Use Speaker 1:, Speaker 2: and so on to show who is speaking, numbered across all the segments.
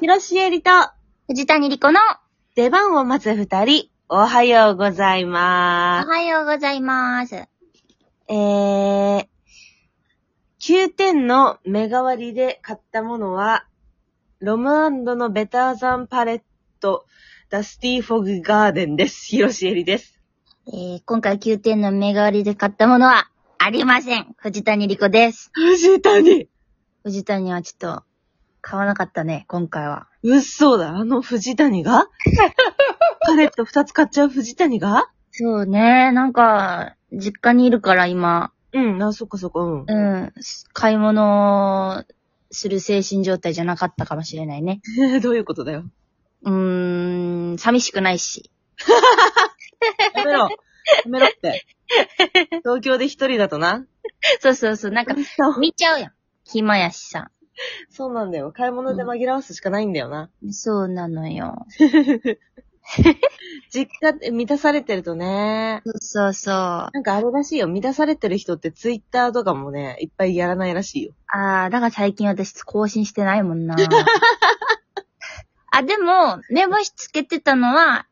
Speaker 1: 広しえりと、
Speaker 2: 藤谷莉子の、
Speaker 1: 出番を待つ二人、おはようござい
Speaker 2: お
Speaker 1: ま
Speaker 2: はようございます。
Speaker 1: す。えー、9点の目代わりで買ったものは、ロムアンドのベターザンパレット、ダスティーフォグガーデンです。広しえりです。
Speaker 2: えー、今回9点の目代わりで買ったものは、ありません。藤谷莉子です。
Speaker 1: 藤谷
Speaker 2: 藤谷はちょっと、買わなかったね、今回は。
Speaker 1: 嘘だ、あの藤谷 がパレット2つ買っちゃう藤谷が
Speaker 2: そうね、なんか、実家にいるから今、
Speaker 1: うん、あ、そっかそっか、うん。
Speaker 2: うん、買い物をする精神状態じゃなかったかもしれないね。
Speaker 1: どういうことだよ。
Speaker 2: うーん、寂しくないし。
Speaker 1: やめろ。やめろ って。東京で一人だとな。
Speaker 2: そうそうそう、なんか、見ちゃうやん。暇やしさ。
Speaker 1: そうなんだよ。買い物で紛らわすしかないんだよな。
Speaker 2: そうなのよ。
Speaker 1: 実家って満たされてるとね。
Speaker 2: そうそうそう。
Speaker 1: なんかあれらしいよ。満たされてる人ってツイッターとかもね、いっぱいやらないらしいよ。
Speaker 2: あー、だから最近私更新してないもん な。あ、でも、目星つけてたのは、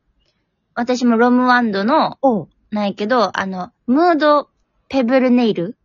Speaker 2: 私もロムワンドの、
Speaker 1: うん。
Speaker 2: ないけど、あの、ムードペブルネイル。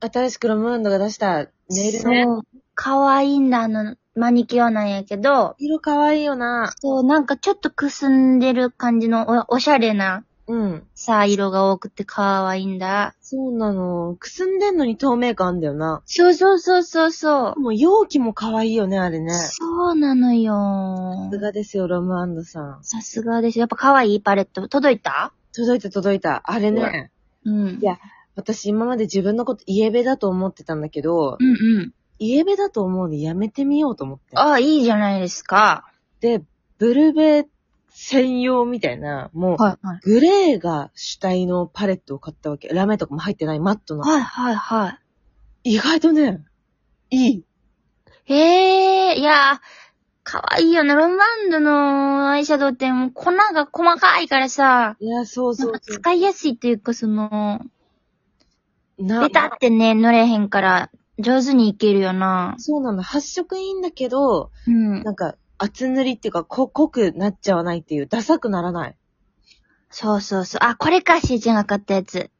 Speaker 1: 新しくロムーンドが出したネイルね。
Speaker 2: そう。かわいいんだ、あの、マニキュアなんやけど、
Speaker 1: 色可愛いよな。
Speaker 2: そう、なんかちょっとくすんでる感じのおおしゃれな、
Speaker 1: うん。
Speaker 2: さ、色が多くてかわいいんだ。
Speaker 1: そうなの。くすんでんのに透明感あんだよな。
Speaker 2: そうそうそうそうそう。
Speaker 1: もう容器も可愛いよね、あれね。さ
Speaker 2: そうなのよ
Speaker 1: す。がですよ、ロムアンドさん。
Speaker 2: さすがです。やっぱ可愛いパレット。届いた
Speaker 1: 届いた届いた。あれ
Speaker 2: う
Speaker 1: ね。
Speaker 2: うん。
Speaker 1: いや私今まで自分のことイエベだと思ってたんだけど、
Speaker 2: うんうん。
Speaker 1: イエベだと思うのやめてみようと思って。
Speaker 2: ああ、いいじゃないですか。
Speaker 1: で、ブルベ専用みたいな、もう、
Speaker 2: はいはい。
Speaker 1: グレーが主体のパレットを買ったわけ。ラメとかも入ってないマットの。
Speaker 2: はいはいは
Speaker 1: 意外とね、いい。
Speaker 2: い。へえ、いやー、可愛いよね。ロマンドのアイシャドウってもう粉が細かいからさ、
Speaker 1: いや、そう
Speaker 2: な
Speaker 1: そ
Speaker 2: ん
Speaker 1: う
Speaker 2: か
Speaker 1: そう。
Speaker 2: 使いやすいというかその、
Speaker 1: な
Speaker 2: ベタってね、乗れへんから、上手にいけるよな。
Speaker 1: そうなんだ。発色いいんだけど、
Speaker 2: うん。
Speaker 1: なんか、厚塗りっていうか、こ濃くなっちゃわないっていう、ダサくならない。
Speaker 2: そうそうそう。あ、これか、しーちゃんが買ったやつ。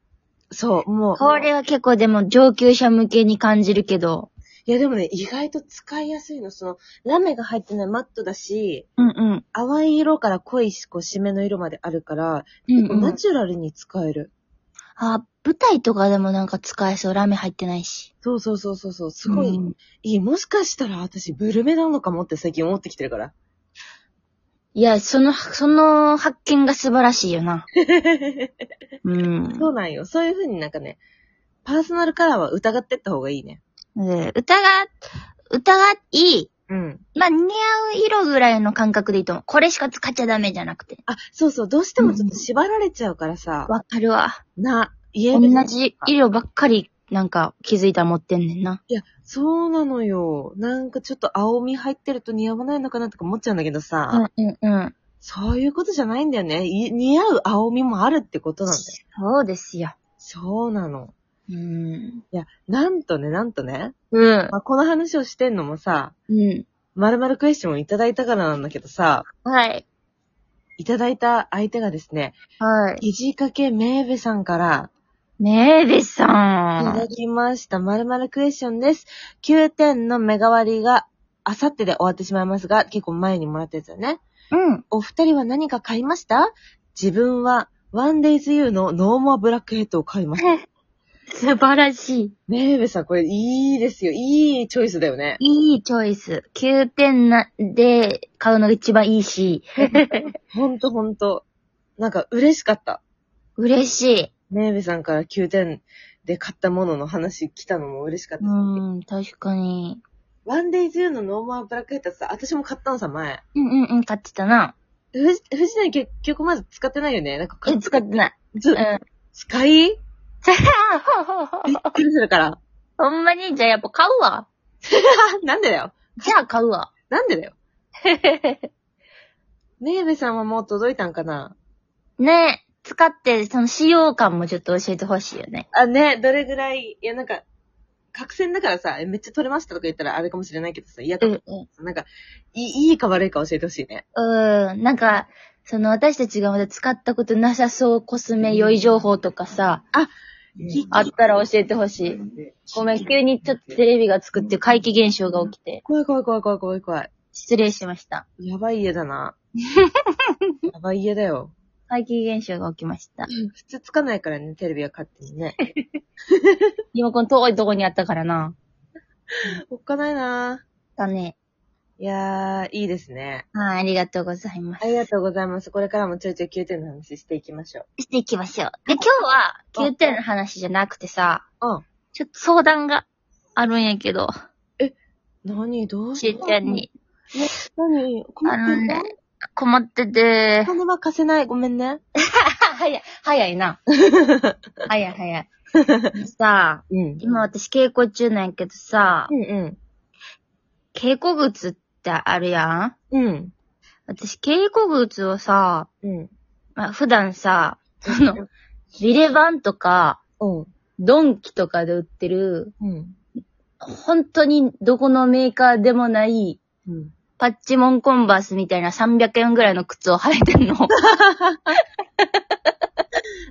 Speaker 1: そう、もう。
Speaker 2: これは結構でも上級者向けに感じるけど。
Speaker 1: いや、でもね、意外と使いやすいの。その、ラメが入ってないマットだし、
Speaker 2: うんうん。
Speaker 1: 淡い色から濃いし、こう、締めの色まであるから、
Speaker 2: うん、う
Speaker 1: ナ
Speaker 2: ん。
Speaker 1: チュラルに使える。
Speaker 2: あ、舞台とかでもなんか使えそう。ラメ入ってないし。
Speaker 1: そうそうそうそうそう、すごい、
Speaker 2: うん
Speaker 1: いい。もしかしたら私、ブルメなのかもって最近思ってきてる から。
Speaker 2: いや、その、その発見が素晴らしいよな。うん。
Speaker 1: そうなんよ。そういう風になんかね、パーソナルカラーは疑ってった方がいいね。
Speaker 2: で歌が、歌がいい。
Speaker 1: うん。
Speaker 2: まあ、似合う色ぐらいの感覚でいいと思う。これしか使っちゃダメじゃなくて。
Speaker 1: あ、そうそう、どうしてもちょっと縛られちゃうからさ、
Speaker 2: わかるわ。
Speaker 1: な、家
Speaker 2: 同
Speaker 1: で。
Speaker 2: じ色ばっかり、なんか気づいたら持ってんねんな。
Speaker 1: いや、そうなのよ。なんかちょっと青み入ってると似合わないのかなとか思っちゃうんだけどさ、
Speaker 2: うんうんうん。
Speaker 1: そういうことじゃないんだよね。い似合う青みもあるってことなんだよ。
Speaker 2: そうですよ。
Speaker 1: そうなの。
Speaker 2: うん。
Speaker 1: いや、なんとね、なんとね、
Speaker 2: うん。
Speaker 1: まあ、この話をしてんのもさ、
Speaker 2: うん。
Speaker 1: まるまるクエスチョンをいただいたからなんだけどさ、
Speaker 2: はい。
Speaker 1: いただいた相手がですね、
Speaker 2: はい。
Speaker 1: 肘掛けメーベさんから、
Speaker 2: メーベさ
Speaker 1: いた
Speaker 2: ん
Speaker 1: だ。きました。まるまるクエスチョンです。9点の目代わりが、あさってで終わってしまいますが、結構前にもらったやつだね。
Speaker 2: うん。
Speaker 1: お二人は何か買いました自分は、ワンデイズユーのノーマブラックヘッドを買いました。
Speaker 2: 素晴らし
Speaker 1: メーベさん、これいいですよ。いいチョイスだよね。
Speaker 2: い。いいチョイス。9点な、で、買うのが一番いいし、
Speaker 1: ほんとほんと。なんか嬉しかった。
Speaker 2: 嬉し
Speaker 1: メーベさんから9点で買ったものの話来たのも嬉しかっ
Speaker 2: い。
Speaker 1: た。
Speaker 2: うん、確かに。
Speaker 1: ワンデイズユーのノーマブラックヘッドさ、私も買ったのさ、前。
Speaker 2: うんうんうん、買ってたな。
Speaker 1: 藤藤谷結局まず使ってないよね。なんか買
Speaker 2: え、
Speaker 1: っ
Speaker 2: 使ってない。
Speaker 1: ず
Speaker 2: うん。あ
Speaker 1: 使い
Speaker 2: ほうほうほう
Speaker 1: びっ くりするから。
Speaker 2: ほんまに、じゃあやっぱ買うわ。
Speaker 1: なんでだよ。
Speaker 2: じゃあ買うわ。
Speaker 1: なんでだよ。 メーベさんはもう届いたんかな
Speaker 2: ねえ、使って、その使用感もちょっと教えてほしいよね。
Speaker 1: あ、ね、どれぐらい、いや、なんか、角栓だからさ、えめっちゃ取れましたとか言ったらあれかもしれないけどさ、嫌
Speaker 2: う
Speaker 1: だ。
Speaker 2: ん、うん。
Speaker 1: なんか、いいいか悪いか教えてほしいね。
Speaker 2: うん、なんか、その私たちがまだ使ったことなさそうコスメ良い情報とかさ、あったら教えてほしい。ごめん、急にちょっとテレビがつくっていう怪奇現象が起きて、
Speaker 1: 怖い怖い怖い怖い怖い怖い。
Speaker 2: 失礼しました。
Speaker 1: やばい家だ な。やばい家だよ。
Speaker 2: 怪奇現象が起きました。
Speaker 1: 普通つかないからね、テレビは勝手にね。
Speaker 2: リモコン遠いとこにあったからな。
Speaker 1: おっかないな
Speaker 2: だね。
Speaker 1: いやー、いいですね。
Speaker 2: はい、ありがとうございます。
Speaker 1: ありがとうございます。これからもちょいちょい9点の話していきましょ
Speaker 2: していきましょう。で、今日は9点の話じゃなくてさ、
Speaker 1: う。
Speaker 2: ちょっと相談があるんやけど、
Speaker 1: うん。何どう
Speaker 2: しーちゃん。に。
Speaker 1: 何困
Speaker 2: あ
Speaker 1: って
Speaker 2: の
Speaker 1: んの
Speaker 2: ね、困ってて
Speaker 1: お、金は貸せない。ごめんね。
Speaker 2: 早い、早い な。早い早い。さあ、
Speaker 1: うん。
Speaker 2: 今私稽古中なんやけどさ
Speaker 1: う、んうん。
Speaker 2: 稽古靴ってあるやん
Speaker 1: うん。
Speaker 2: 私稽古靴をさ、
Speaker 1: うん。
Speaker 2: まあ、普段さ、その、ビレバンとか、
Speaker 1: うん。
Speaker 2: ドンキとかで売ってる、
Speaker 1: うん。
Speaker 2: 本当にどこのメーカーでもない、
Speaker 1: うん。
Speaker 2: パッチモンコンバースみたいな300円ぐらいの靴を履いてんの。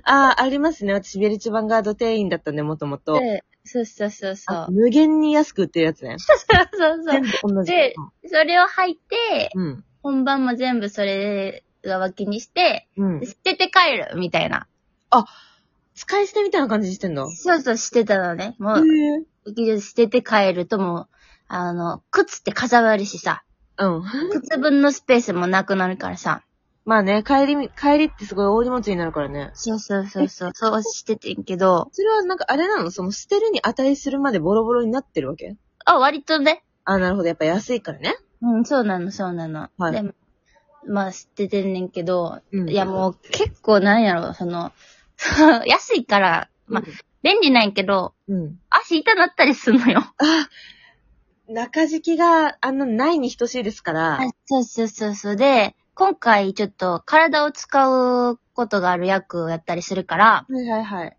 Speaker 1: ああ、ありますね。私、ベルチバンガード店員だったね、もともと。
Speaker 2: でそうそうそうそ
Speaker 1: あ
Speaker 2: う。
Speaker 1: 無限に安く売ってるやつね。
Speaker 2: そうそう
Speaker 1: 全。部同じ。
Speaker 2: でそれを履いて、
Speaker 1: うん。
Speaker 2: 本番も全部それが脇にして、
Speaker 1: うん。
Speaker 2: 捨てて帰るみたいな。
Speaker 1: 使い捨てみたいな感じしてんの
Speaker 2: そうそうしてたのね。も
Speaker 1: へ
Speaker 2: う、
Speaker 1: え
Speaker 2: 浮世捨てて帰るともう、あの、靴ってかさばるしさ、
Speaker 1: うん。
Speaker 2: 靴分のスペースもなくなるからさ。
Speaker 1: まあね、帰りみ、帰りってすごい大荷物になるからね。
Speaker 2: そうそうそう そう、そうしててんけど、
Speaker 1: それはなんかあれなのその捨てるに値するまでボロボロになってるわけ
Speaker 2: あ、割とね、
Speaker 1: あ、なるほど。やっぱ安いからね。
Speaker 2: うん、そうなの、そうなの。
Speaker 1: はい
Speaker 2: でも、まあ、捨ててんねんけど、
Speaker 1: うん
Speaker 2: いやもう結構なんやろ、その、 安いから、まあ、便利なんやけど、
Speaker 1: うん。
Speaker 2: 足痛なったりすんのよ。
Speaker 1: 中敷きがあんなないに等しいですから。
Speaker 2: あそうそうそうそう。で、今回ちょっと体を使うことがある役をやったりするから、
Speaker 1: はいはいはい。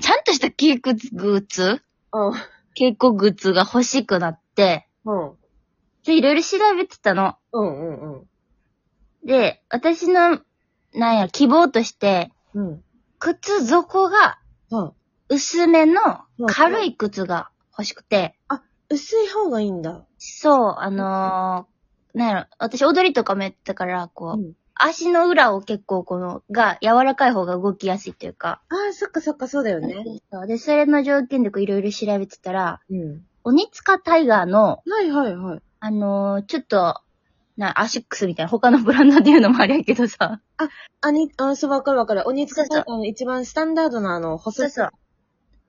Speaker 2: ちゃんとした稽古グッズ
Speaker 1: うん。
Speaker 2: 稽古グッズが欲しくなって、
Speaker 1: うん。
Speaker 2: で、いろいろ調べてたの。
Speaker 1: うんうんうん。
Speaker 2: で、私の、なんや、希望として、
Speaker 1: うん。
Speaker 2: 靴底が
Speaker 1: うん。
Speaker 2: 薄めの軽い靴が欲しくて、
Speaker 1: 薄い方がいいんだ。
Speaker 2: そう、あのー、なんやろ、私踊りとかもやってたから、こう、
Speaker 1: うん
Speaker 2: 足の裏を結構この、が柔らかい方が動きやすいというか、
Speaker 1: ああ、そっかそっか、そうだよね。
Speaker 2: そうで、それの条件でこういろいろ調べてたら、
Speaker 1: うん。
Speaker 2: 鬼塚タイガーの、
Speaker 1: はいはいはい。
Speaker 2: あのーちょっと、な、アシックスみたいな他のブランドで言うのもあれやけどさ。
Speaker 1: あに、あ、そう、わかるわかる。鬼塚さんあの一番スタンダードなあの、細い。
Speaker 2: そうそう。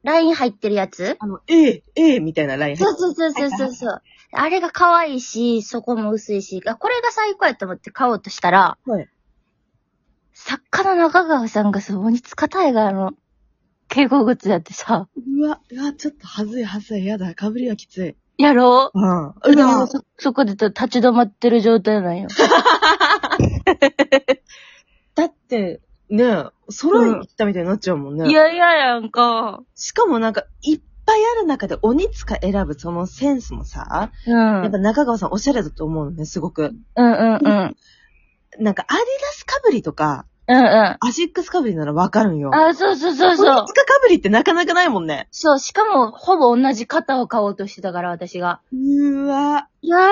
Speaker 2: ライン入ってるやつ
Speaker 1: あの、A、A みたいなライン。
Speaker 2: そうそうそうそうそうそう。あれが可愛いし、そこも薄いし、あこれが最高やと思って買おうとしたら、
Speaker 1: はい
Speaker 2: 作家の中川さんがそう、鬼塚タイガーの傾向靴やってさ、
Speaker 1: うわ、うわ、ちょっとはずいはずい。やだ、かぶりはきつい。
Speaker 2: やろう
Speaker 1: うん。
Speaker 2: でもそ、そこで立ち止まってる状態なんよ。
Speaker 1: だって、ねえ、揃いに行ったみたいになっちゃうもんね。
Speaker 2: いやいややんか。
Speaker 1: しかもなんか、いっぱいある中で鬼塚選ぶそのセンスもさ、
Speaker 2: うん。
Speaker 1: や
Speaker 2: う
Speaker 1: っ
Speaker 2: ん
Speaker 1: ぱ中川さんおしゃれだと思うのね、すごく。
Speaker 2: うんう
Speaker 1: なんか、
Speaker 2: ん。
Speaker 1: アディダスかぶりとか、
Speaker 2: うんうん。
Speaker 1: アシックスかぶりならわかるんよ。
Speaker 2: あ、そうそうそうそう
Speaker 1: 鬼。塚かぶりってなかなかないもんね。
Speaker 2: そう、しかも、ほぼ同じ型を買おうとしてたから、私が。
Speaker 1: うわ。
Speaker 2: やば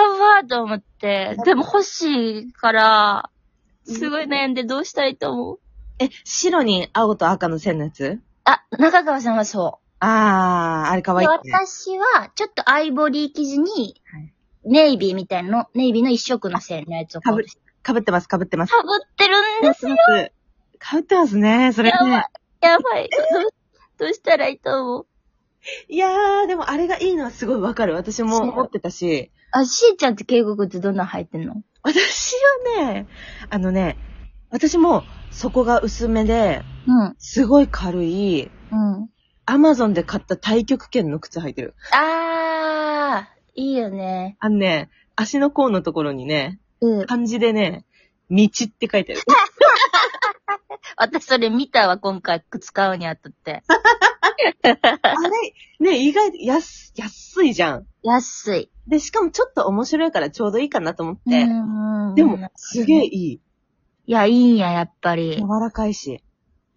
Speaker 2: ーと思って。でも欲しいから、すごい悩んでどうしたいと思う
Speaker 1: え、白に青と赤の線のやつ
Speaker 2: あ、中川さんはそ
Speaker 1: あー、あれか
Speaker 2: う。
Speaker 1: わい
Speaker 2: で
Speaker 1: い、ね。
Speaker 2: 私は、ちょっとアイボリー生地に
Speaker 1: はい、
Speaker 2: ネイビーみたいなの、ネイビーの一色の線のやつを買おうとして。
Speaker 1: かぶってます、かぶってます。
Speaker 2: かぶってるん
Speaker 1: かぶ
Speaker 2: で
Speaker 1: ってます。かぶってますね、それ
Speaker 2: やば
Speaker 1: ね
Speaker 2: い。やばい。 どうどうしたらいいと思う
Speaker 1: いやー、でもあれがいいのはすごいわかる。私も
Speaker 2: そう
Speaker 1: 思ってたし。
Speaker 2: あ、しーちゃんって警告ってどんなの入ってんの
Speaker 1: 私はね、あのね、私も底が薄めで、
Speaker 2: うん。
Speaker 1: すごい軽い、
Speaker 2: うん。
Speaker 1: アマゾンで買った太極拳の靴履いてる。
Speaker 2: あー、いいよね。
Speaker 1: あのね、足の甲のところにね、
Speaker 2: うん。
Speaker 1: 漢字でね、道って書いてある。
Speaker 2: 私それ見たわ、今回使うにあたって。
Speaker 1: あれ、ね、意外と安、安いじゃん。
Speaker 2: 安い。
Speaker 1: で、しかもちょっと面白いからちょうどいいかなと思っ
Speaker 2: う
Speaker 1: て。
Speaker 2: ん
Speaker 1: でも、すげえいい。
Speaker 2: いや、いいんや、やっぱり
Speaker 1: 柔。らかいし。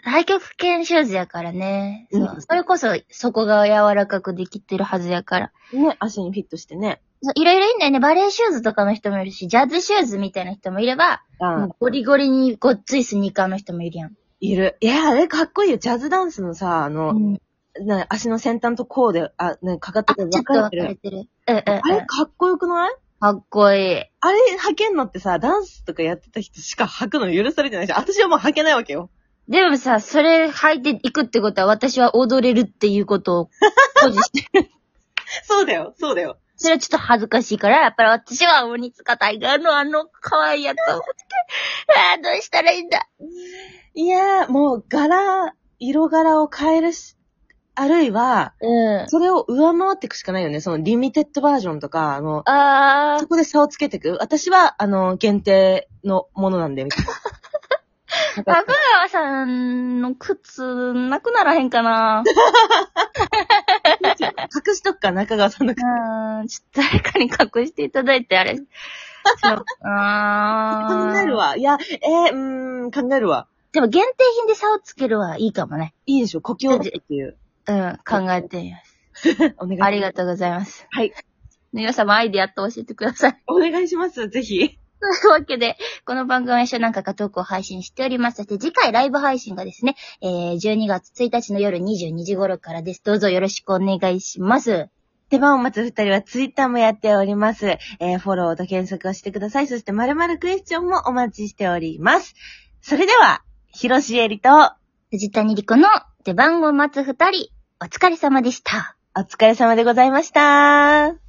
Speaker 2: 太極拳シューズやからね。そう
Speaker 1: うん
Speaker 2: それこそ、そこが柔らかくできてるはずやから。
Speaker 1: ね、足にフィットしてね。
Speaker 2: そういろいろいいんだよね。バレエシューズとかの人もいるし、ジャズシューズみたいな人もいれば、
Speaker 1: う
Speaker 2: も
Speaker 1: ん
Speaker 2: う。ゴリゴリにごっついスニーカーの人もいるやん。
Speaker 1: いる。いや、あれかっこいいよ。ジャズダンスのさ、あ
Speaker 2: う
Speaker 1: の、
Speaker 2: ん、
Speaker 1: な足の先端とこうで、あ、ね、かかって
Speaker 2: あ、
Speaker 1: て
Speaker 2: ちょ
Speaker 1: 分
Speaker 2: っと
Speaker 1: か
Speaker 2: 分か
Speaker 1: れてる。
Speaker 2: れてる。うんうん
Speaker 1: あ
Speaker 2: う
Speaker 1: れ
Speaker 2: ん。
Speaker 1: かっこよくない
Speaker 2: かっこい
Speaker 1: あ
Speaker 2: い。
Speaker 1: れ履けんのってさ、ダンスとかやってた人しか履くの許されてないじゃん。私はもう履けないわけよ。
Speaker 2: でもさ、それ履いていくってことは私は踊れるっていうことを誇示して、
Speaker 1: そうだよ、そうだよ。
Speaker 2: それはちょっと恥ずかしいから、やっぱり私は鬼塚タイガーのあの可愛いやつを持って、ああ、どうしたらいいんだ。
Speaker 1: いやー、もう柄、色柄を変えるし、あるいは、
Speaker 2: うん。
Speaker 1: それを上回っていくしかないよね。そのリミテッドバージョンとか、あの、
Speaker 2: ああ
Speaker 1: そ、こで差をつけていく。私は、あの、限定のものなんで、みたいな。
Speaker 2: 高川さんの靴なくならへんかな。
Speaker 1: 隠しとくか、中川さんの靴。
Speaker 2: うん、ちょっと誰かに隠していただいて、あれ。そう。あ
Speaker 1: 考
Speaker 2: あ。
Speaker 1: えるわ。いや、えー、うーん、考えるわ。
Speaker 2: でも限定品で差をつけるはいいかもね。
Speaker 1: いいでしょ、呼吸を出すっていう。
Speaker 2: うん、考えてみます。
Speaker 1: お願いします。
Speaker 2: ありがとうございます。
Speaker 1: はい。
Speaker 2: 皆様アイディアと教えてください。
Speaker 1: お願いします、ぜひ。
Speaker 2: というわけで、この番組は一緒なんかかトークを配信しております。そして次回ライブ配信がですね、えー、12月1日の夜22時頃からです。どうぞよろしくお願いします。
Speaker 1: 手番を待つ二人はツイッターもやっております。えー、フォローと検索をしてください。そして、まるまるクエスチョンもお待ちしております。それでは、ひろしえりと、
Speaker 2: 藤谷莉子の出番を待つ二人、お疲れ様でした。
Speaker 1: お疲れ様でございました。